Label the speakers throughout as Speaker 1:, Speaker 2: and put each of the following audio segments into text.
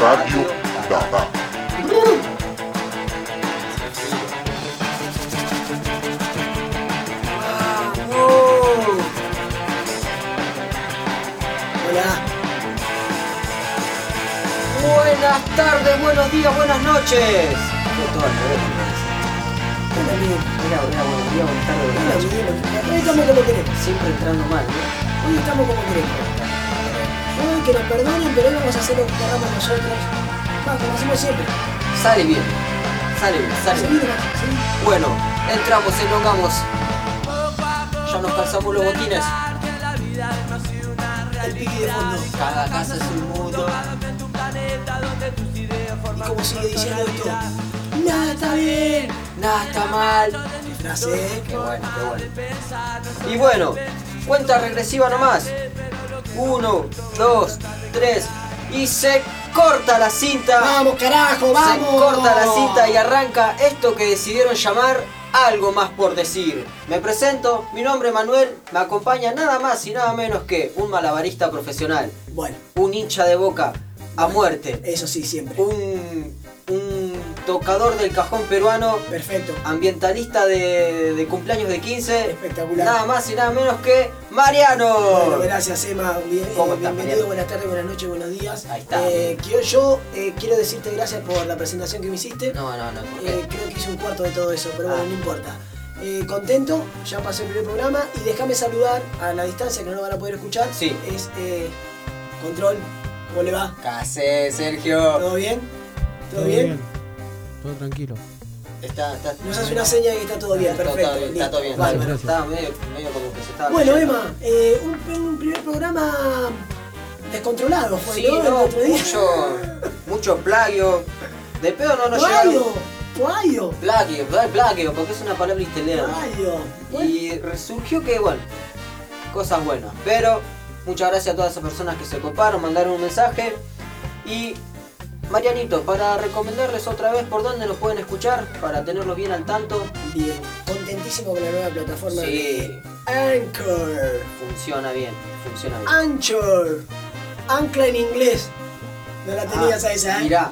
Speaker 1: Radio Dada.
Speaker 2: ¡Vamos! Hola. Buenas tardes, buenos días, buenas noches. Fue todo al revés, ¿no? Hola, bien. Mirá, mirá, buenos días, buenas tardes, buenas
Speaker 3: Hola,
Speaker 2: noches.
Speaker 3: Miguel, hoy estamos como queremos.
Speaker 2: Siempre entrando mal, ¿no?
Speaker 3: Hoy estamos como queremos. Hoy que nos perdonen, pero hoy vamos a hacer lo que queramos nosotros. Más como hacemos siempre.
Speaker 2: Sale bien. Sale bien, sale bien.
Speaker 3: Seguir, ¿sí?
Speaker 2: Bueno, entramos, enlongamos. Ya nos calzamos los botines.
Speaker 3: El pique de fondo.
Speaker 2: Cada casa es un mundo.
Speaker 3: Y como sigue diciendo esto. Nada está bien.
Speaker 2: Nada está mal.
Speaker 3: Qué Frase, ¿eh?
Speaker 2: Qué bueno, qué bueno. Y bueno, cuenta regresiva nomás. Uno, dos, tres. Y se corta la cinta.
Speaker 3: Vamos, carajo, vamos.
Speaker 2: Se corta la cinta y arranca esto que decidieron llamar algo más por decir. Me presento, mi nombre es Manuel, me acompaña nada más y nada menos que un malabarista profesional,
Speaker 3: Bueno,
Speaker 2: un hincha de boca a muerte,
Speaker 3: eso sí, siempre.
Speaker 2: Uh. un, un tocador del cajón peruano
Speaker 3: Perfecto.
Speaker 2: Ah, ambientalista de, de cumpleaños de 15.
Speaker 3: Espectacular.
Speaker 2: Nada más y nada menos que Mariano.
Speaker 3: Bueno, gracias Emma, Bien-
Speaker 2: ¿Cómo
Speaker 3: eh,
Speaker 2: estás,
Speaker 3: bienvenido,
Speaker 2: Mariano?
Speaker 3: buenas tardes, buenas noches, buenos días.
Speaker 2: Ahí está.
Speaker 3: Eh, quiero- yo eh, quiero decirte gracias por la presentación que me hiciste.
Speaker 2: No, no, no, ¿por qué?
Speaker 3: Eh, creo que hice un cuarto de todo eso, pero
Speaker 2: Ah.
Speaker 3: bueno, no importa. Eh, contento, ya pasó el primer programa y déjame saludar a la distancia que no lo van a poder escuchar.
Speaker 2: Sí.
Speaker 3: Es eh, Control, ¿cómo le va?
Speaker 2: ¿Qué hacés, Sergio?
Speaker 3: ¿Todo bien? ¿Todo, bien?
Speaker 4: Todo tranquilo.
Speaker 2: Está, está.
Speaker 3: Nos hace una seña de que está todo bien,
Speaker 2: Está-
Speaker 3: perfecto.
Speaker 2: Está, bien, está
Speaker 3: listo,
Speaker 2: todo bien.
Speaker 3: bárbaro.
Speaker 4: Gracias.
Speaker 2: Estaba medio, medio como que se estaba.
Speaker 3: Bueno,
Speaker 2: cayendo.
Speaker 3: Emma, eh, un, un primer programa descontrolado fue
Speaker 2: Sí,
Speaker 3: ¿no? El
Speaker 2: no,
Speaker 3: otro día.
Speaker 2: mucho, mucho plagio. De pedo no nos
Speaker 3: Plagio,
Speaker 2: llegaron.
Speaker 3: plagio,
Speaker 2: Plagio, pla- plagio, porque es una palabra italiana.
Speaker 3: plagio. Bueno,
Speaker 2: Y resurgió que, bueno, cosas buenas. Pero muchas gracias a todas esas personas que se coparon, mandaron un mensaje. Y Marianito, para recomendarles otra vez por dónde nos pueden escuchar, para tenerlos bien al tanto.
Speaker 3: bien, contentísimo con la nueva plataforma
Speaker 2: Sí,
Speaker 3: de Anchor.
Speaker 2: funciona bien, funciona
Speaker 3: Ah,
Speaker 2: bien.
Speaker 3: Anchor, ancla en inglés. No la tenías
Speaker 2: Ah,
Speaker 3: a esa, ¿eh?
Speaker 2: Mirá.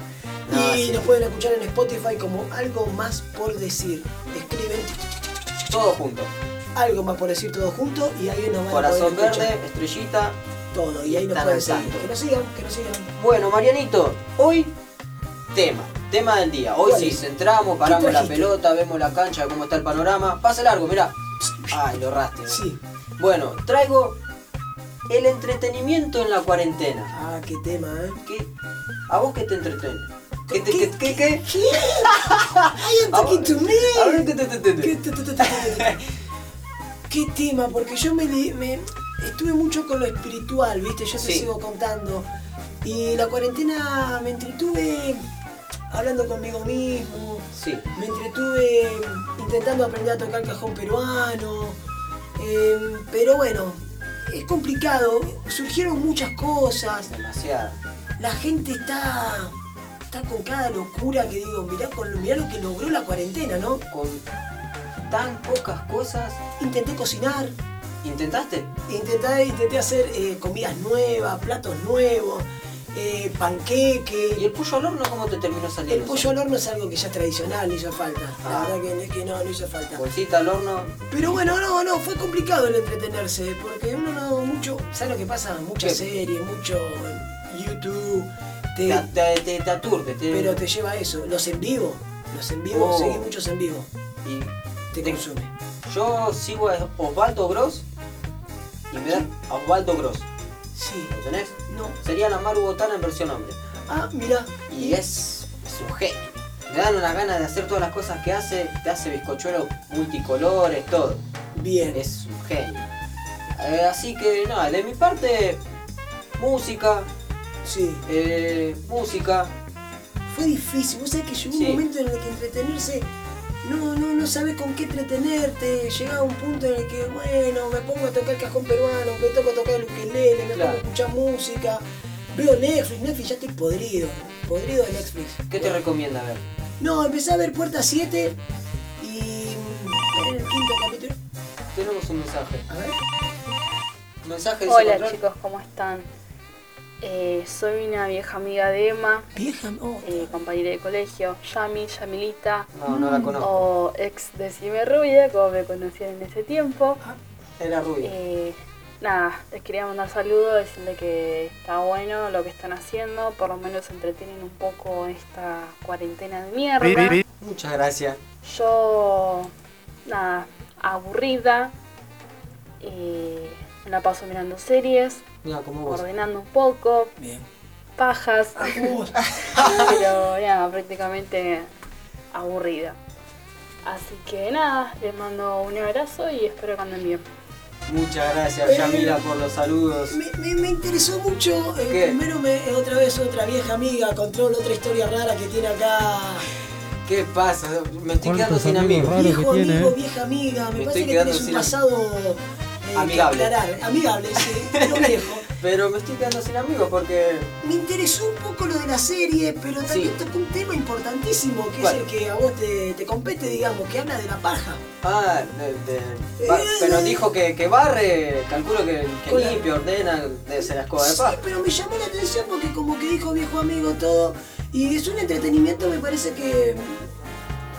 Speaker 2: No,
Speaker 3: y
Speaker 2: sí,
Speaker 3: nos pueden escuchar en Spotify como algo más por decir. Escriben
Speaker 2: Todo junto.
Speaker 3: algo más por decir todo junto y ahí nos van a
Speaker 2: Corazón
Speaker 3: poder escuchar
Speaker 2: verde, estrellita.
Speaker 3: todo y ahí nos
Speaker 2: Están
Speaker 3: pueden
Speaker 2: al
Speaker 3: seguir.
Speaker 2: tanto.
Speaker 3: Que nos sigan, que nos sigan. ¿Qué
Speaker 2: Bueno, Marianito, hoy tema, tema del día. Hoy
Speaker 3: ¿Cuál
Speaker 2: sí,
Speaker 3: es?
Speaker 2: centramos, paramos la
Speaker 3: trajiste?
Speaker 2: pelota, vemos la cancha, cómo está el panorama. Pase largo, mirá. Ay, lo raste.
Speaker 3: Sí.
Speaker 2: Bueno, traigo el entretenimiento en la cuarentena.
Speaker 3: Ah, qué tema, ¿eh?
Speaker 2: ¿Qué? ¿A vos qué te entretiene? ¿Qué te,
Speaker 3: ¿Qué?
Speaker 2: qué, qué, qué?
Speaker 3: I am talking to me.
Speaker 2: A ver, ¿qué te- te- te- te?
Speaker 3: ¿Qué, te- te- te- te- te- te- qué tema? Porque yo me, li- me- estuve mucho con lo espiritual, ¿viste? Yo te
Speaker 2: Sí.
Speaker 3: sigo contando. Y la cuarentena me entretuve hablando conmigo mismo.
Speaker 2: Sí.
Speaker 3: Me entretuve intentando aprender a tocar cajón peruano. eh, pero bueno, es complicado. Surgieron muchas cosas.
Speaker 2: Demasiado.
Speaker 3: La gente está, está con cada locura que digo, mirá, con, mirá lo que logró la cuarentena, ¿no?
Speaker 2: Con tan pocas cosas.
Speaker 3: Intenté cocinar,
Speaker 2: ¿Intentaste?
Speaker 3: intenté, intenté hacer eh, comidas nuevas, platos nuevos, eh,
Speaker 2: ¿Y
Speaker 3: panqueque.
Speaker 2: el pollo al horno cómo te terminó saliendo?
Speaker 3: El pollo al horno es algo que ya es tradicional, no hizo falta.
Speaker 2: Ah. Pues-
Speaker 3: La verdad que, que no, no hizo falta.
Speaker 2: Bolsita al horno.
Speaker 3: Pero bueno, no, no, fue complicado el entretenerse, porque uno no mucho, ¿sabes lo que pasa? Mucha
Speaker 2: ¿Qué?
Speaker 3: serie, mucho YouTube, te-
Speaker 2: Te, te, te, te aturde. Te,
Speaker 3: pero te lleva a eso. Los en vivo, los en vivo,
Speaker 2: Oh.
Speaker 3: seguí muchos en vivo.
Speaker 2: y
Speaker 3: te
Speaker 2: Te-
Speaker 3: consume.
Speaker 2: Yo sigo a Osvaldo Gross y me da a Osvaldo Gross.
Speaker 3: Sí,
Speaker 2: ¿Lo tenés?
Speaker 3: no.
Speaker 2: Sería la Maru Botana en versión hombre.
Speaker 3: Ah, mira.
Speaker 2: Y es su genio. Me dan unas ganas de hacer todas las cosas que hace. Te hace bizcochuelos multicolores, todo.
Speaker 3: Bien.
Speaker 2: Es un genio. Eh, así que nada, de mi parte, música,
Speaker 3: Sí.
Speaker 2: eh, música.
Speaker 3: Fue difícil. Vos sabés que llegó
Speaker 2: Sí.
Speaker 3: un momento en el que entretenerse. No, no, no sabes con qué entretenerte. Llegaba un punto en el que, bueno, me pongo a tocar cajón peruano, me toco a tocar el ukelele, me
Speaker 2: Claro.
Speaker 3: pongo a escuchar música. Veo Netflix, Netflix ya estoy podrido. Podrido de Netflix.
Speaker 2: ¿Qué te recomienda ver?
Speaker 3: No, empecé a ver Puerta 7 y. mm, en el quinto capítulo.
Speaker 2: Tenemos un mensaje.
Speaker 3: A ver.
Speaker 2: Mensaje de
Speaker 5: Hola
Speaker 2: Socotrol.
Speaker 5: chicos, ¿cómo están?
Speaker 1: Eh, soy una vieja amiga de Emma,
Speaker 3: Vieja, oh.
Speaker 1: eh, compañera de colegio, Yami, Yamilita,
Speaker 2: No, no la conozco.
Speaker 1: o ex de Cime Rubia, como me conocían en ese tiempo.
Speaker 2: Era rubia.
Speaker 1: Eh, nada, les quería mandar saludos, decirle que está bueno lo que están haciendo, por lo menos entretienen un poco esta cuarentena de mierda.
Speaker 2: Muchas gracias.
Speaker 1: Yo, nada, aburrida, y me la paso mirando series,
Speaker 2: Mira, como vos.
Speaker 1: ordenando un poco,
Speaker 3: Bien.
Speaker 1: pajas,
Speaker 3: Vos.
Speaker 1: pero nada, prácticamente aburrida. Así que nada, les mando un abrazo y espero que anden bien.
Speaker 2: Muchas gracias, Yamila, por los saludos.
Speaker 3: Me, me- me interesó mucho. eh,
Speaker 2: ¿Qué?
Speaker 3: primero, me, eh, otra vez, otra vieja amiga. Control, otra historia rara que tiene acá.
Speaker 2: ¿Qué pasa? Me estoy quedando
Speaker 4: ¿Cuántos
Speaker 2: sin
Speaker 4: amigos
Speaker 2: amigos.
Speaker 4: raros?
Speaker 3: Viejo
Speaker 4: Raro que tiene,
Speaker 3: amigo,
Speaker 4: eh.
Speaker 3: vieja amiga. Me,
Speaker 2: Me
Speaker 3: parece
Speaker 2: estoy
Speaker 3: que
Speaker 2: quedando
Speaker 3: tenés un
Speaker 2: sin-
Speaker 3: pasado. eh,
Speaker 2: Amigable.
Speaker 3: Que aclarar. Amigable, sí. pero viejo.
Speaker 2: Pero me estoy quedando sin amigos porque.
Speaker 3: Me interesó un poco lo de la serie, pero también
Speaker 2: Sí.
Speaker 3: tocó un tema importantísimo que
Speaker 2: ¿Cuál?
Speaker 3: es el que a vos te, te compete, digamos, que habla de la paja.
Speaker 2: Ah, de- de- ba- pero dijo que, que barre, calculo que, que
Speaker 3: Eh. Hola.
Speaker 2: limpia, ordena, de ser la escoba de
Speaker 3: Sí,
Speaker 2: paz.
Speaker 3: pero me llamó la atención porque como que dijo viejo amigo todo y es un entretenimiento me parece que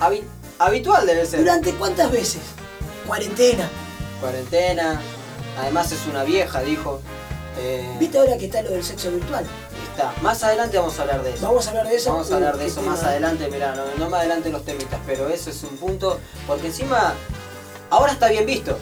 Speaker 2: Habi- habitual debe ser.
Speaker 3: durante cuántas veces cuarentena
Speaker 2: Cuarentena. Además es una vieja, dijo. Eh,
Speaker 3: viste ahora que está lo del sexo virtual
Speaker 2: está. Más adelante vamos a hablar de eso.
Speaker 3: vamos a hablar de eso
Speaker 2: Vamos a hablar de
Speaker 3: Uy,
Speaker 2: eso
Speaker 3: qué
Speaker 2: más
Speaker 3: tema.
Speaker 2: adelante, mirá, no, no me adelante los temitas, pero eso es un punto, porque encima ahora está bien visto,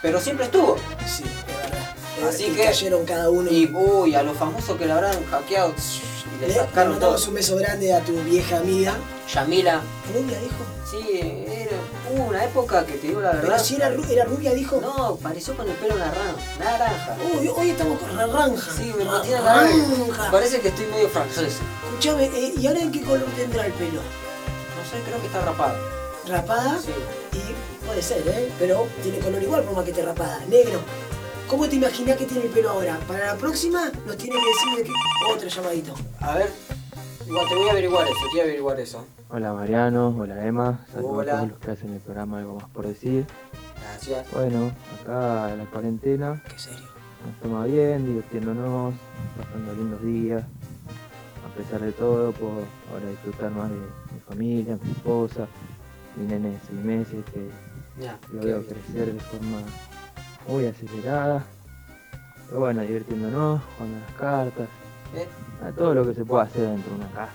Speaker 2: pero siempre estuvo.
Speaker 3: sí de verdad
Speaker 2: Así
Speaker 3: Y
Speaker 2: que-
Speaker 3: cayeron cada uno
Speaker 2: Y uy, a los famosos que lo habrán hackeado y
Speaker 3: Le-
Speaker 2: le
Speaker 3: le
Speaker 2: sacaron todo.
Speaker 3: mandamos un beso grande a tu vieja amiga
Speaker 2: Yamila,
Speaker 3: rubia dijo
Speaker 2: sí, era hubo una época que te digo la
Speaker 3: pero
Speaker 2: verdad.
Speaker 3: si era, ru- era rubia dijo
Speaker 2: No, pareció con el pelo naranja. Naranja.
Speaker 3: Uy, hoy estamos con la ranja
Speaker 2: Sí, me mantiene naranja.
Speaker 3: Ah, naranja
Speaker 2: Parece que estoy medio francés.
Speaker 3: escuchame eh, y ahora en qué color tendrá el pelo
Speaker 2: No sé, creo que está rapado.
Speaker 3: rapada
Speaker 2: Sí.
Speaker 3: Y puede ser, ¿eh? Pero tiene color igual por más que te rapada. Negro. ¿Cómo te imaginas que tiene el pelo ahora? Para la próxima nos tiene que decir de que- otro llamadito.
Speaker 2: A ver, igual te voy a averiguar eso, quiero averiguar eso.
Speaker 5: Hola Mariano, hola Emma, saludos
Speaker 2: Hola.
Speaker 5: a todos los que hacen el programa Algo Más por Decir.
Speaker 2: Gracias.
Speaker 5: Bueno, acá en la cuarentena,
Speaker 3: Qué serio.
Speaker 5: nos toma bien, divirtiéndonos, pasando lindos días, a pesar de todo, puedo ahora disfrutar más de mi familia, mi esposa, mi nene de seis meses que
Speaker 2: Ya,
Speaker 5: lo veo crecer de forma muy acelerada. Pero bueno, divirtiéndonos, jugando a las cartas,
Speaker 2: Eh.
Speaker 5: a todo lo que se pueda hacer dentro de una casa.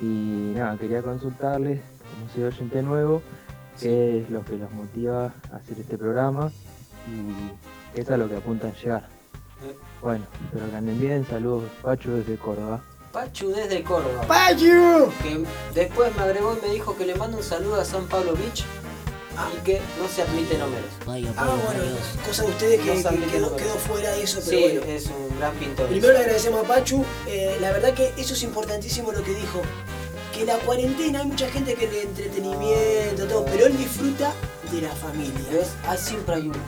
Speaker 5: Y nada, quería consultarles, como soy oyente nuevo, qué es lo que los motiva a hacer este programa y qué es a lo que apuntan llegar.
Speaker 2: Eh.
Speaker 5: Bueno, espero que anden bien, saludos Pacho desde Córdoba.
Speaker 2: Pachu desde Córdoba.
Speaker 3: ¡Payu!
Speaker 2: que después me agregó y me dijo que le mando un saludo a San Pablo Beach y que no se admite números.
Speaker 3: Ah, bueno, cosa de ustedes que,
Speaker 2: No saben
Speaker 3: que
Speaker 2: qué
Speaker 3: quedó,
Speaker 2: número.
Speaker 3: quedó fuera de eso, pero
Speaker 2: Sí, eh,
Speaker 3: bueno.
Speaker 2: es un gran pintor.
Speaker 3: Primero le agradecemos a Pachu. Eh, la verdad que eso es importantísimo lo que dijo. Que la cuarentena hay mucha gente que le entretenimiento, todo, pero él disfruta de la familia.
Speaker 2: ¿Ves? Ah, siempre hay uno.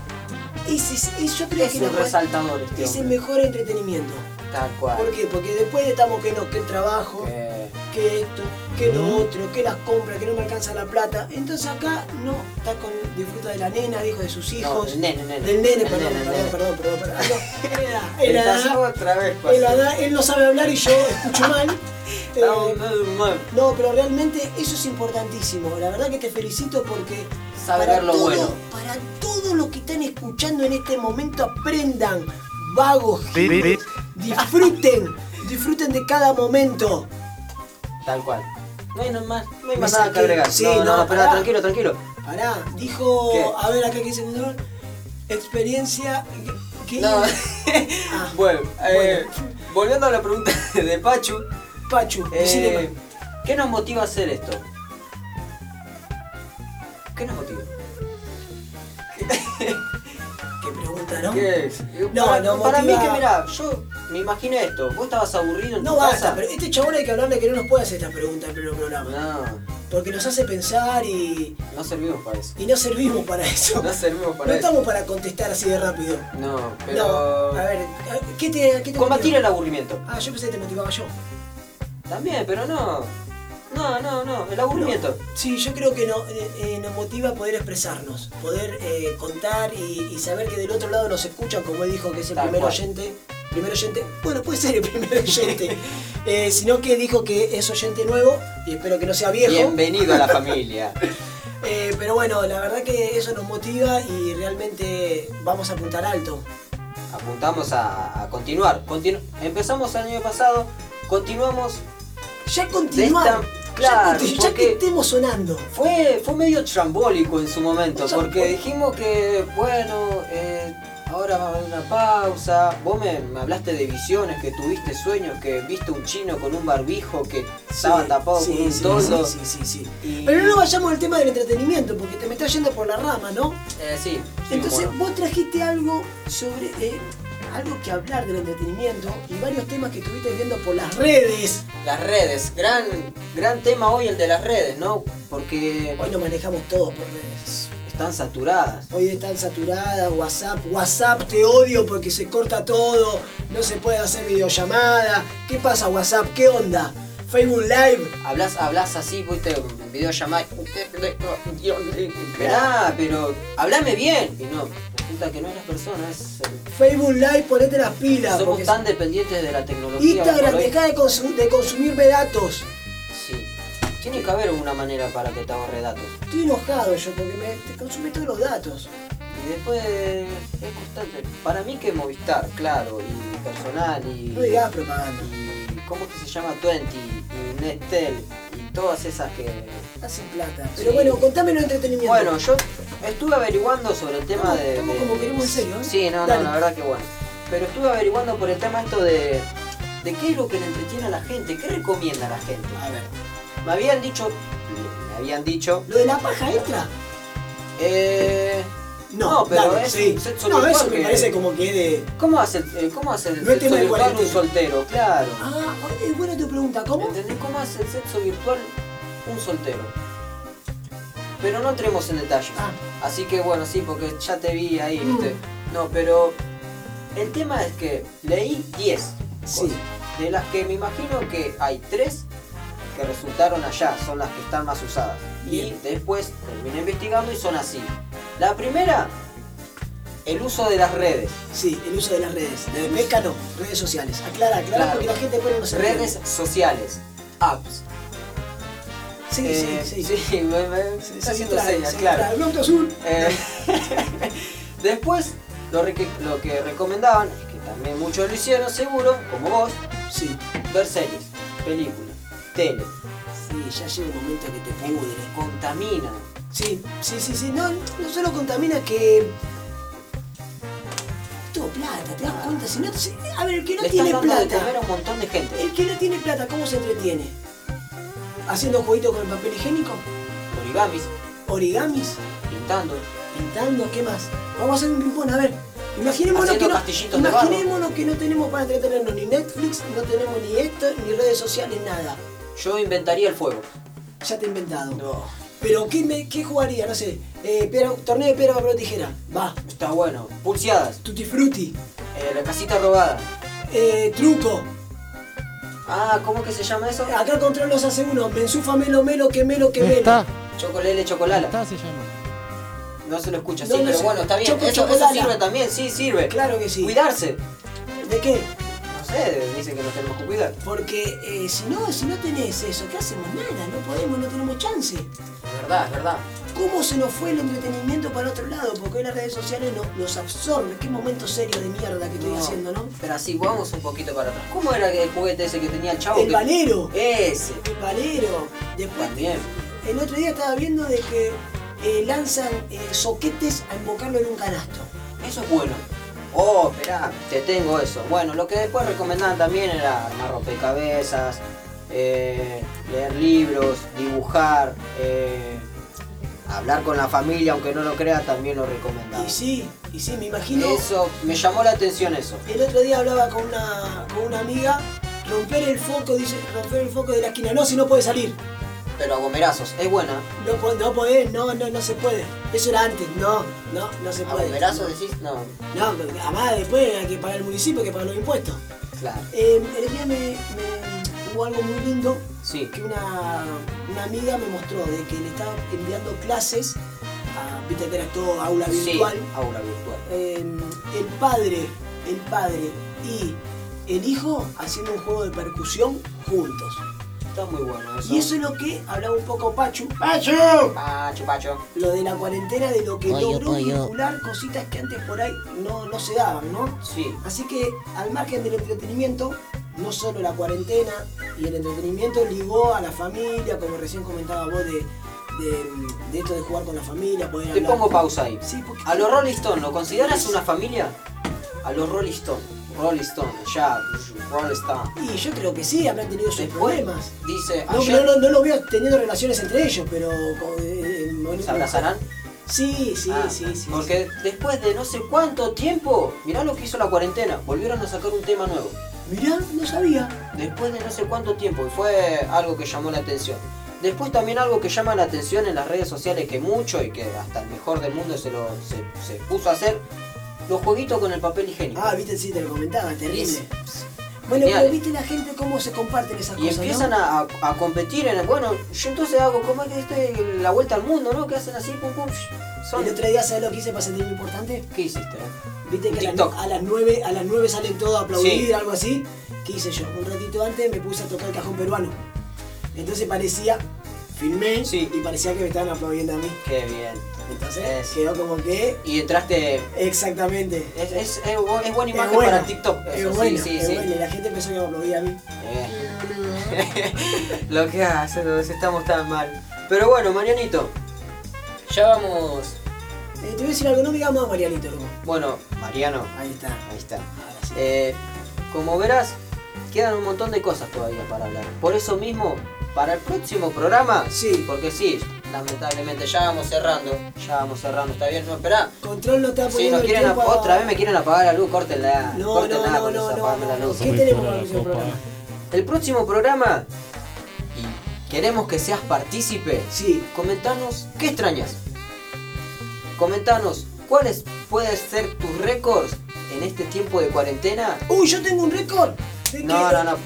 Speaker 3: Ese es, es- yo creo
Speaker 2: Es
Speaker 3: que
Speaker 2: un
Speaker 3: la cua-
Speaker 2: resaltador este
Speaker 3: es el
Speaker 2: hombre.
Speaker 3: mejor entretenimiento.
Speaker 2: Tal cual.
Speaker 3: ¿Por qué? Porque después estamos que no, que el trabajo,
Speaker 2: Eh,
Speaker 3: que esto, que lo
Speaker 4: Mm.
Speaker 3: otro, que las compras, que no me alcanza la plata. Entonces acá no, está con, disfruta de la nena, dijo de sus
Speaker 2: no,
Speaker 3: hijos,
Speaker 2: el nene, nene.
Speaker 3: del
Speaker 2: El
Speaker 3: nene, perdón,
Speaker 2: el
Speaker 3: perdón,
Speaker 2: nene.
Speaker 3: perdón, perdón, perdón. Ah, no, él, la
Speaker 2: Estás
Speaker 3: da,
Speaker 2: otra vez,
Speaker 3: él la
Speaker 2: Pachu.
Speaker 3: da, él no sabe hablar y yo escucho mal. Eh,
Speaker 2: Estamos medio mal.
Speaker 3: no, pero realmente eso es importantísimo. La verdad que te felicito porque
Speaker 2: Sabe ver lo
Speaker 3: todo,
Speaker 2: bueno.
Speaker 3: para todos los que están escuchando en este momento, aprendan, vagos, giles, disfruten, disfruten de cada momento.
Speaker 2: Tal cual. No hay nada más, no hay
Speaker 3: Me
Speaker 2: más nada que
Speaker 3: saqué.
Speaker 2: agregar.
Speaker 3: Sí,
Speaker 2: no,
Speaker 3: no,
Speaker 2: no, pará,
Speaker 3: pará.
Speaker 2: tranquilo, tranquilo.
Speaker 3: Pará, dijo,
Speaker 2: ¿Qué?
Speaker 3: a ver acá que dice control, experiencia, ¿qué?
Speaker 2: No.
Speaker 3: Ah,
Speaker 2: Bueno, eh,
Speaker 3: Bueno.
Speaker 2: volviendo a la pregunta de Pachu,
Speaker 3: Pachu,
Speaker 2: Eh,
Speaker 3: decile,
Speaker 2: ¿Qué nos motiva a hacer esto? ¿Qué nos motiva?
Speaker 3: qué pregunta, ¿no?
Speaker 2: ¿Qué es?
Speaker 3: No,
Speaker 2: para,
Speaker 3: no
Speaker 2: para mí
Speaker 3: motiva-
Speaker 2: que mirá, yo me imaginé esto. Vos estabas aburrido en
Speaker 3: No
Speaker 2: tu
Speaker 3: basta,
Speaker 2: casa.
Speaker 3: pero este chabón hay que hablarle que no nos puede hacer estas preguntas en pleno programa,
Speaker 2: No,
Speaker 3: porque nos hace pensar y,
Speaker 2: no servimos para eso.
Speaker 3: y no servimos para eso.
Speaker 2: No servimos
Speaker 3: No
Speaker 2: para eso.
Speaker 3: estamos para contestar así de rápido.
Speaker 2: No,
Speaker 3: No,
Speaker 2: pero.
Speaker 3: a ver, ¿qué te, qué te
Speaker 2: Combatir
Speaker 3: motiva?
Speaker 2: el aburrimiento.
Speaker 3: Ah, yo pensé que te motivaba yo.
Speaker 2: También, pero no. No, no, no. El aburrimiento.
Speaker 3: Sí, yo creo que no, eh, eh, nos motiva poder expresarnos, poder eh, contar y, y saber que del otro lado nos escuchan, como él dijo que es el
Speaker 2: Tal
Speaker 3: primer
Speaker 2: cual.
Speaker 3: oyente primer oyente, bueno, puede ser el primer oyente, eh, sino que dijo que es oyente nuevo y espero que no sea viejo.
Speaker 2: Bienvenido a la familia.
Speaker 3: Eh, pero bueno, la verdad que eso nos motiva y realmente vamos a apuntar alto.
Speaker 2: Apuntamos a, a continuar. Continu- Empezamos el año pasado, continuamos.
Speaker 3: Ya continuar,
Speaker 2: De esta-
Speaker 3: ya,
Speaker 2: claro,
Speaker 3: continu- ya que
Speaker 2: porque-
Speaker 3: estemos sonando.
Speaker 2: Fue, fue medio trambólico en su momento,
Speaker 3: Mucho
Speaker 2: porque
Speaker 3: trambólico.
Speaker 2: dijimos que, bueno, eh, ahora va a haber una pausa. Vos me, me hablaste de visiones, que tuviste sueños, que viste un chino con un barbijo que estaba
Speaker 3: Sí,
Speaker 2: tapado
Speaker 3: sí,
Speaker 2: con un
Speaker 3: sí,
Speaker 2: toldo.
Speaker 3: sí, sí, sí, sí.
Speaker 2: Y-
Speaker 3: Pero no vayamos al tema del entretenimiento, porque te me estás yendo por la rama, ¿no?
Speaker 2: Eh, sí, sí,
Speaker 3: Entonces
Speaker 2: bueno.
Speaker 3: vos trajiste algo sobre eh, algo que hablar del entretenimiento y varios temas que estuviste viendo por las redes.
Speaker 2: Las redes, gran, gran tema hoy el de las redes, ¿no? Porque
Speaker 3: Hoy lo manejamos todos por redes.
Speaker 2: están saturadas.
Speaker 3: Hoy están saturadas, WhatsApp, WhatsApp te odio porque se corta todo, no se puede hacer videollamada. ¿Qué pasa WhatsApp? ¿Qué onda? Facebook Live.
Speaker 2: Hablas, hablas así, viste, en videollamada. Esperá, pero hablame bien. Y no, resulta que no eres persona, es, eh,
Speaker 3: Facebook Live, ponete las pilas.
Speaker 2: somos
Speaker 3: Porque
Speaker 2: tan dependientes de la tecnología.
Speaker 3: Instagram,
Speaker 2: por hoy.
Speaker 3: deja de, consu- de consumirme datos.
Speaker 2: Sí. Tiene que haber una manera para que te ahorre datos.
Speaker 3: Estoy enojado yo porque me te consumí todos los datos.
Speaker 2: Y después eh, es constante. Para mí que Movistar, claro, y personal y.
Speaker 3: No digas propaganda.
Speaker 2: y ¿Cómo que se llama? Twenty y Nestel y todas esas que.
Speaker 3: Hacen plata. Pero
Speaker 2: Sí.
Speaker 3: bueno, contame lo entretenimiento.
Speaker 2: Bueno, yo estuve averiguando sobre el tema
Speaker 3: Estamos-
Speaker 2: de.
Speaker 3: estamos
Speaker 2: de-
Speaker 3: como queremos en serio, ¿eh?
Speaker 2: Sí, no,
Speaker 3: Dale.
Speaker 2: no, la verdad que bueno. Pero estuve averiguando por el tema esto de. de qué es lo que le entretiene a la gente, qué recomienda a la gente.
Speaker 3: A ver.
Speaker 2: Me habían dicho. Me habían dicho.
Speaker 3: ¿Lo de la paja entra?
Speaker 2: Eh. No, pero es un sexo
Speaker 3: No,
Speaker 2: virtual
Speaker 3: eso me
Speaker 2: que-
Speaker 3: parece como que de.
Speaker 2: ¿Cómo hace, eh, cómo hace el
Speaker 3: No es
Speaker 2: sexo
Speaker 3: tema de
Speaker 2: virtual un
Speaker 3: cuarentena.
Speaker 2: soltero? Claro.
Speaker 3: Ah, es buena tu pregunta, ¿cómo?
Speaker 2: ¿Entendés cómo hace el sexo virtual un soltero? Pero no entremos en detalles.
Speaker 3: Ah.
Speaker 2: Así que bueno, sí, porque ya te vi ahí,
Speaker 3: Mm.
Speaker 2: viste. No, pero el tema es que leí 10.
Speaker 3: Sí.
Speaker 2: cosas, De las que me imagino que hay 3 que resultaron allá, son las que están más usadas.
Speaker 3: Bien.
Speaker 2: Y después terminé investigando y son así. La primera, el uso de las redes.
Speaker 3: Sí, el uso de las redes. La de pesca no, redes sociales. Aclara, aclara
Speaker 2: Claro.
Speaker 3: porque la gente pone los
Speaker 2: Redes sociales, apps.
Speaker 3: Sí,
Speaker 2: Eh,
Speaker 3: sí,
Speaker 2: sí,
Speaker 3: sí.
Speaker 2: me, me-
Speaker 3: Sí,
Speaker 2: está
Speaker 3: sí,
Speaker 2: haciendo
Speaker 3: trae,
Speaker 2: señas,
Speaker 3: sí,
Speaker 2: claro.
Speaker 3: trae. El auto azul.
Speaker 2: Eh, después, lo, re- que- lo que recomendaban, es que también muchos lo hicieron seguro, como vos,
Speaker 3: Sí.
Speaker 2: ver series, películas, tele,
Speaker 3: Sí, ya llega un momento que te pudre.
Speaker 2: contamina.
Speaker 3: Sí, sí, sí, sí. No, no solo contamina que. Todo plata, ¿te das cuenta? Si no, si- a ver, el que no
Speaker 2: Le estás
Speaker 3: tiene
Speaker 2: dando de
Speaker 3: plata. Eh.
Speaker 2: comer a un montón de gente.
Speaker 3: El que no tiene plata, ¿cómo se entretiene? ¿Haciendo jueguitos con el papel higiénico?
Speaker 2: Origamis,
Speaker 3: ¿Origamis?
Speaker 2: pintando.
Speaker 3: ¿Pintando? ¿Qué más? Vamos a hacer un ping-pong, a ver. Imaginémonos
Speaker 2: Haciendo
Speaker 3: que, no,
Speaker 2: castillitos de barro.
Speaker 3: imaginémonos que no tenemos para entretenernos ni Netflix, no tenemos ni esto, ni redes sociales, nada.
Speaker 2: Yo inventaría el fuego.
Speaker 3: Ya te he inventado.
Speaker 2: No,
Speaker 3: Pero ¿qué, me, qué jugaría? No sé. Eh, piedra- torneo de piedra, papel o tijera. Va.
Speaker 2: está bueno. Pulseadas,
Speaker 3: Tutti frutti.
Speaker 2: eh, la casita robada.
Speaker 3: Eh, truco.
Speaker 2: Ah, ¿cómo que se llama eso?
Speaker 3: Acá control los hace uno. Me ensufa melo, melo, que melo, que melo.
Speaker 4: Está,
Speaker 2: Chocolele, chocolala.
Speaker 4: está se llama.
Speaker 2: No se lo escucha,
Speaker 3: No,
Speaker 2: sí,
Speaker 3: no
Speaker 2: pero
Speaker 3: se-
Speaker 2: bueno, está bien.
Speaker 3: Choco,
Speaker 2: Eso, eso
Speaker 3: chocolala.
Speaker 2: sirve también, sí, sirve.
Speaker 3: Claro que sí.
Speaker 2: Cuidarse.
Speaker 3: ¿De qué?
Speaker 2: No sé, dicen que nos tenemos que cuidar.
Speaker 3: Porque eh, si no, si no tenés eso, ¿qué hacemos? Nada, no podemos, no tenemos chance.
Speaker 2: Es verdad, es verdad.
Speaker 3: ¿Cómo se nos fue el entretenimiento para otro lado? Porque hoy las redes sociales no- nos absorben. Qué momento serio de mierda que estoy haciendo, ¿no?
Speaker 2: Pero así, vamos un poquito para atrás. ¿Cómo era el juguete ese que tenía el chavo?
Speaker 3: El
Speaker 2: que-
Speaker 3: valero.
Speaker 2: Ese.
Speaker 3: El valero. Después,
Speaker 2: También.
Speaker 3: el otro día estaba viendo de que eh, lanzan eh, soquetes a embocarlo en un canasto.
Speaker 2: Eso es bueno. Oh, esperá, te tengo eso. Bueno, lo que después recomendaban también era armar rompecabezas, eh, leer libros, dibujar, eh, hablar con la familia, aunque no lo creas, también lo recomendaban.
Speaker 3: Y sí, y sí, me imagino.
Speaker 2: Eso, me llamó la atención eso.
Speaker 3: El otro día hablaba con una, con una amiga. Romper el foco, dice, romper el foco de la esquina. No, si no puede salir.
Speaker 2: Pero a gomerazos, es buena.
Speaker 3: No, po- no podés, no, no, no se puede. Eso era antes, no, no, no se
Speaker 2: A
Speaker 3: puede.
Speaker 2: gomerazos decís, no,
Speaker 3: No, porque además después hay que pagar el municipio, hay que pagar los impuestos.
Speaker 2: claro.
Speaker 3: Eh, el otro día me, me- hubo algo muy lindo
Speaker 2: Sí,
Speaker 3: que una, una amiga me mostró de que le estaba enviando clases a, viste que era todo aula
Speaker 2: sí,
Speaker 3: virtual.
Speaker 2: aula virtual.
Speaker 3: Eh, em, el padre, el padre y el hijo haciendo un juego de percusión juntos.
Speaker 2: Está muy bueno eso.
Speaker 3: Y eso es lo que hablaba un poco Pachu. ¡Pachu!
Speaker 2: Pacho, pacho.
Speaker 3: Lo de la cuarentena, de lo que
Speaker 6: Pollo,
Speaker 3: logró
Speaker 6: pollo.
Speaker 3: vincular cositas que antes por ahí no, no se daban, ¿no?
Speaker 2: Sí,
Speaker 3: Así que al margen del entretenimiento, no solo la cuarentena y el entretenimiento ligó a la familia, como recién comentaba vos, de, de- de esto de jugar con la familia, poder
Speaker 2: te
Speaker 3: hablar.
Speaker 2: pongo pausa ahí.
Speaker 3: Sí, porque...
Speaker 2: A los Rolling Stone, ¿lo consideras una familia? A los Rolling Stone. Rolling Stone, ya, Rolling Stone.
Speaker 3: Y yo creo que sí, habrán tenido sus
Speaker 2: Después,
Speaker 3: problemas.
Speaker 2: Dice,
Speaker 3: No,
Speaker 2: ayer
Speaker 3: no, no, no lo veo teniendo relaciones entre ellos, pero... con- eh, eh,
Speaker 2: se abrazarán.
Speaker 3: Sí, sí,
Speaker 2: Ah,
Speaker 3: sí, sí.
Speaker 2: Porque después de no sé cuánto tiempo, mirá lo que hizo la cuarentena, volvieron a sacar un tema nuevo.
Speaker 3: Mirá, no sabía.
Speaker 2: Después de no sé cuánto tiempo, y fue algo que llamó la atención. Después también algo que llama la atención en las redes sociales que mucho y que hasta el mejor del mundo se lo se, se puso a hacer, los jueguitos con el papel higiénico.
Speaker 3: Ah, viste, sí, te lo comentaba, terrible.
Speaker 2: Sí,
Speaker 3: bueno,
Speaker 2: genial.
Speaker 3: pero viste la gente cómo se comparten esas
Speaker 2: Y
Speaker 3: cosas,
Speaker 2: empiezan
Speaker 3: ¿no?
Speaker 2: a, a- a competir en el, bueno, yo entonces hago como es que este, la vuelta al mundo, ¿no? Que hacen así, pum pum. sh- Son...
Speaker 3: El otro día, ¿sabes lo que hice para sentirme importante?
Speaker 2: ¿Qué hiciste?
Speaker 3: Viste que a, la-
Speaker 2: TikTok.
Speaker 3: a las 9 a las 9 salen todos a aplaudir,
Speaker 2: Sí.
Speaker 3: algo así. ¿Qué hice yo? Un ratito antes me puse a tocar el cajón peruano. Entonces parecía, filmé
Speaker 2: Sí.
Speaker 3: y parecía que me estaban aplaudiendo a mí.
Speaker 2: Qué bien.
Speaker 3: Entonces
Speaker 2: Es.
Speaker 3: quedó como que
Speaker 2: Y entraste
Speaker 3: exactamente.
Speaker 2: Es, es, es bu- es buena imagen
Speaker 3: Es bueno,
Speaker 2: para TikTok.
Speaker 3: es
Speaker 2: Eso,
Speaker 3: bueno,
Speaker 2: sí, sí,
Speaker 3: es
Speaker 2: sí.
Speaker 3: bueno, y la gente empezó que me aplaudía a mí.
Speaker 2: Eh. Lo que hace, entonces estamos tan mal. Pero bueno, Marianito, ya vamos.
Speaker 3: Eh, te voy a decir algo, no me digas más Marianito, loco.
Speaker 2: Bueno, Mariano,
Speaker 3: Ahí está.
Speaker 2: ahí está.
Speaker 3: Ahora sí.
Speaker 2: Eh, como verás, quedan un montón de cosas todavía para hablar. Por eso mismo, para el próximo programa,
Speaker 3: Sí.
Speaker 2: porque sí, lamentablemente ya vamos cerrando. Ya vamos cerrando, está bien, no esperá.
Speaker 3: Control no está
Speaker 2: Si nos
Speaker 3: poniendo el
Speaker 2: quieren ap-
Speaker 3: tiempo a-
Speaker 2: otra vez me quieren apagar la luz, córtenla.
Speaker 3: No, no,
Speaker 2: córtenla
Speaker 3: no,
Speaker 2: con eso,
Speaker 3: no, no,
Speaker 2: apagame la
Speaker 3: no.
Speaker 2: luz.
Speaker 3: ¿Qué
Speaker 4: Voy
Speaker 3: tenemos
Speaker 4: para
Speaker 3: para el
Speaker 4: la
Speaker 3: próximo
Speaker 4: copa.
Speaker 3: programa?
Speaker 2: El próximo programa, y queremos que seas partícipe,
Speaker 3: Sí,
Speaker 2: comentanos qué extrañas. Comentanos cuáles pueden ser tus récords en este tiempo de cuarentena.
Speaker 3: Uy, yo tengo un récord. ¿De
Speaker 2: No,
Speaker 3: qué?
Speaker 2: no, no.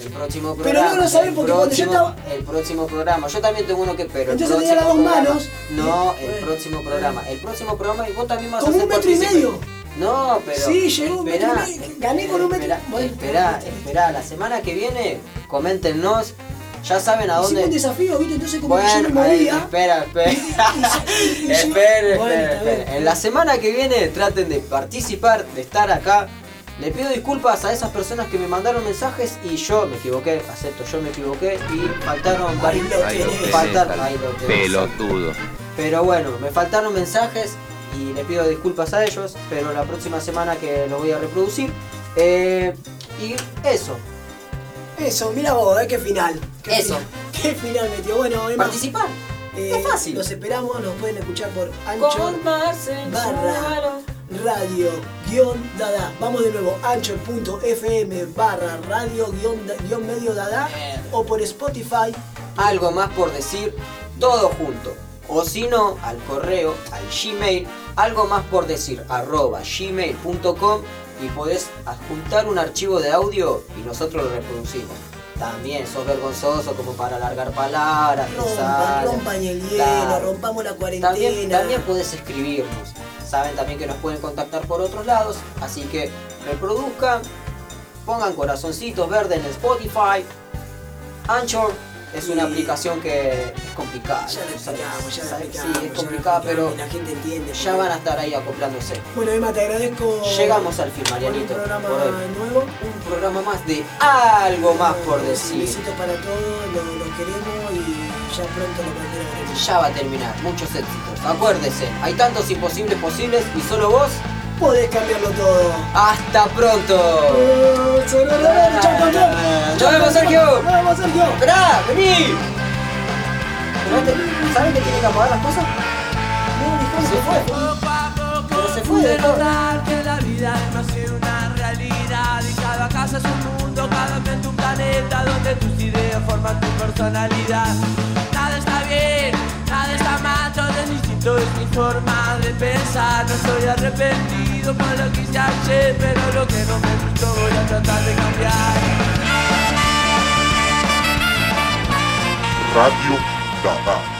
Speaker 2: El próximo
Speaker 3: Pero
Speaker 2: programa.
Speaker 3: no lo sabés
Speaker 2: el
Speaker 3: porque cuando yo
Speaker 2: próximo-
Speaker 3: estaba-
Speaker 2: El próximo programa. Yo también tengo uno que pero. el
Speaker 3: Entonces tenía las
Speaker 2: próximo
Speaker 3: dos
Speaker 2: programa-
Speaker 3: manos.
Speaker 2: No,
Speaker 3: Y-
Speaker 2: el próximo programa. El próximo programa y vos también vas a
Speaker 3: Como
Speaker 2: ser
Speaker 3: un metro y
Speaker 2: partícipe.
Speaker 3: medio.
Speaker 2: No, pero.
Speaker 3: Sí, llegó un
Speaker 2: esperá,
Speaker 3: metro y medio. Gané con un metro-
Speaker 2: Esperá,
Speaker 3: Bueno.
Speaker 2: esperá, esperá. La semana que viene, coméntenos. Ya saben a
Speaker 3: Hicimos un
Speaker 2: dónde.
Speaker 3: desafío, ¿viste? Entonces como que yo no
Speaker 2: Bueno,
Speaker 3: me
Speaker 2: ahí,
Speaker 3: movía.
Speaker 2: espera, espera.
Speaker 3: y yo-
Speaker 2: espera,
Speaker 3: Bueno,
Speaker 2: espera,
Speaker 3: está bien.
Speaker 2: espera. En la semana que viene traten de participar, de estar acá. Le pido disculpas a esas personas que me mandaron mensajes y yo me equivoqué, acepto, yo me equivoqué y faltaron
Speaker 3: Ahí
Speaker 2: varios.
Speaker 3: lo
Speaker 7: Ahí lo
Speaker 3: tenés.
Speaker 7: tenés,
Speaker 2: Faltaron,
Speaker 7: al
Speaker 2: ahí lo tenés.
Speaker 7: Pelotudo.
Speaker 2: Pero bueno, me faltaron mensajes y le pido disculpas a ellos, pero la próxima semana que lo voy a reproducir. Eh, y eso,
Speaker 3: Eso, mira vos, eh, qué final. Qué
Speaker 2: Eso.
Speaker 3: final. Qué final metió. Bueno, Emma,
Speaker 2: participar.
Speaker 3: eh,
Speaker 2: es fácil.
Speaker 3: Los esperamos, nos pueden escuchar por Ancho barra radio guión dada. Vamos de nuevo, ancho.fm barra radio guión, da- guión medio dada o por Spotify.
Speaker 2: algo más por decir, todo junto. O si no, al correo, al Gmail, algo más por decir, arroba gmail.com y podés adjuntar un archivo de audio y nosotros lo reproducimos. También sos vergonzoso como para alargar palabras,
Speaker 3: Rompan,
Speaker 2: pensar.
Speaker 3: rompan el hielo,
Speaker 2: Claro.
Speaker 3: rompamos la cuarentena.
Speaker 2: También, también podés escribirnos. Saben también que nos pueden contactar por otros lados, así que reproduzcan, pongan corazoncitos verdes en Spotify. Anchor es una
Speaker 3: Y-
Speaker 2: aplicación que es complicada.
Speaker 3: Ya lo
Speaker 2: ¿sabes?
Speaker 3: explicamos, ya lo
Speaker 2: ¿sabes?
Speaker 3: explicamos.
Speaker 2: Sí,
Speaker 3: ya
Speaker 2: es
Speaker 3: lo
Speaker 2: complicada, pero
Speaker 3: explicamos, La gente entiende.
Speaker 2: ya van a estar ahí acoplándose.
Speaker 3: Bueno, Emma, te agradezco.
Speaker 2: Llegamos al fin,
Speaker 3: por un
Speaker 2: Marianito,
Speaker 3: programa
Speaker 2: por hoy.
Speaker 3: nuevo.
Speaker 2: Un programa más de algo más por
Speaker 3: Un
Speaker 2: decir.
Speaker 3: Besito para todos, los queremos y ya pronto lo volveremos.
Speaker 2: Ya va a terminar, muchos éxitos. Acuérdese, hay tantos imposibles posibles y solo vos.
Speaker 3: Podés cambiarlo todo.
Speaker 2: ¡Hasta pronto!
Speaker 3: Eh, Sororororo, chau, chau, chau.
Speaker 2: Nos vemos, Sergio.
Speaker 3: Nos vemos, Sergio.
Speaker 2: ¡Esperá! ¡Vení! ¿No te- ¿Saben que tiene que apagar las cosas?
Speaker 3: No,
Speaker 2: Se fue. Pero se fue de todo.
Speaker 8: que la vida es más que una realidad y cada casa es un mundo, cada mente un planeta donde tus ideas forman tu personalidad. Nada está bien, nada está mal, todo es distinto, es mi forma de pensar. No estoy arrepentido por lo que hice ayer, pero lo que no me gustó voy a tratar de cambiar.
Speaker 9: Radio Dada.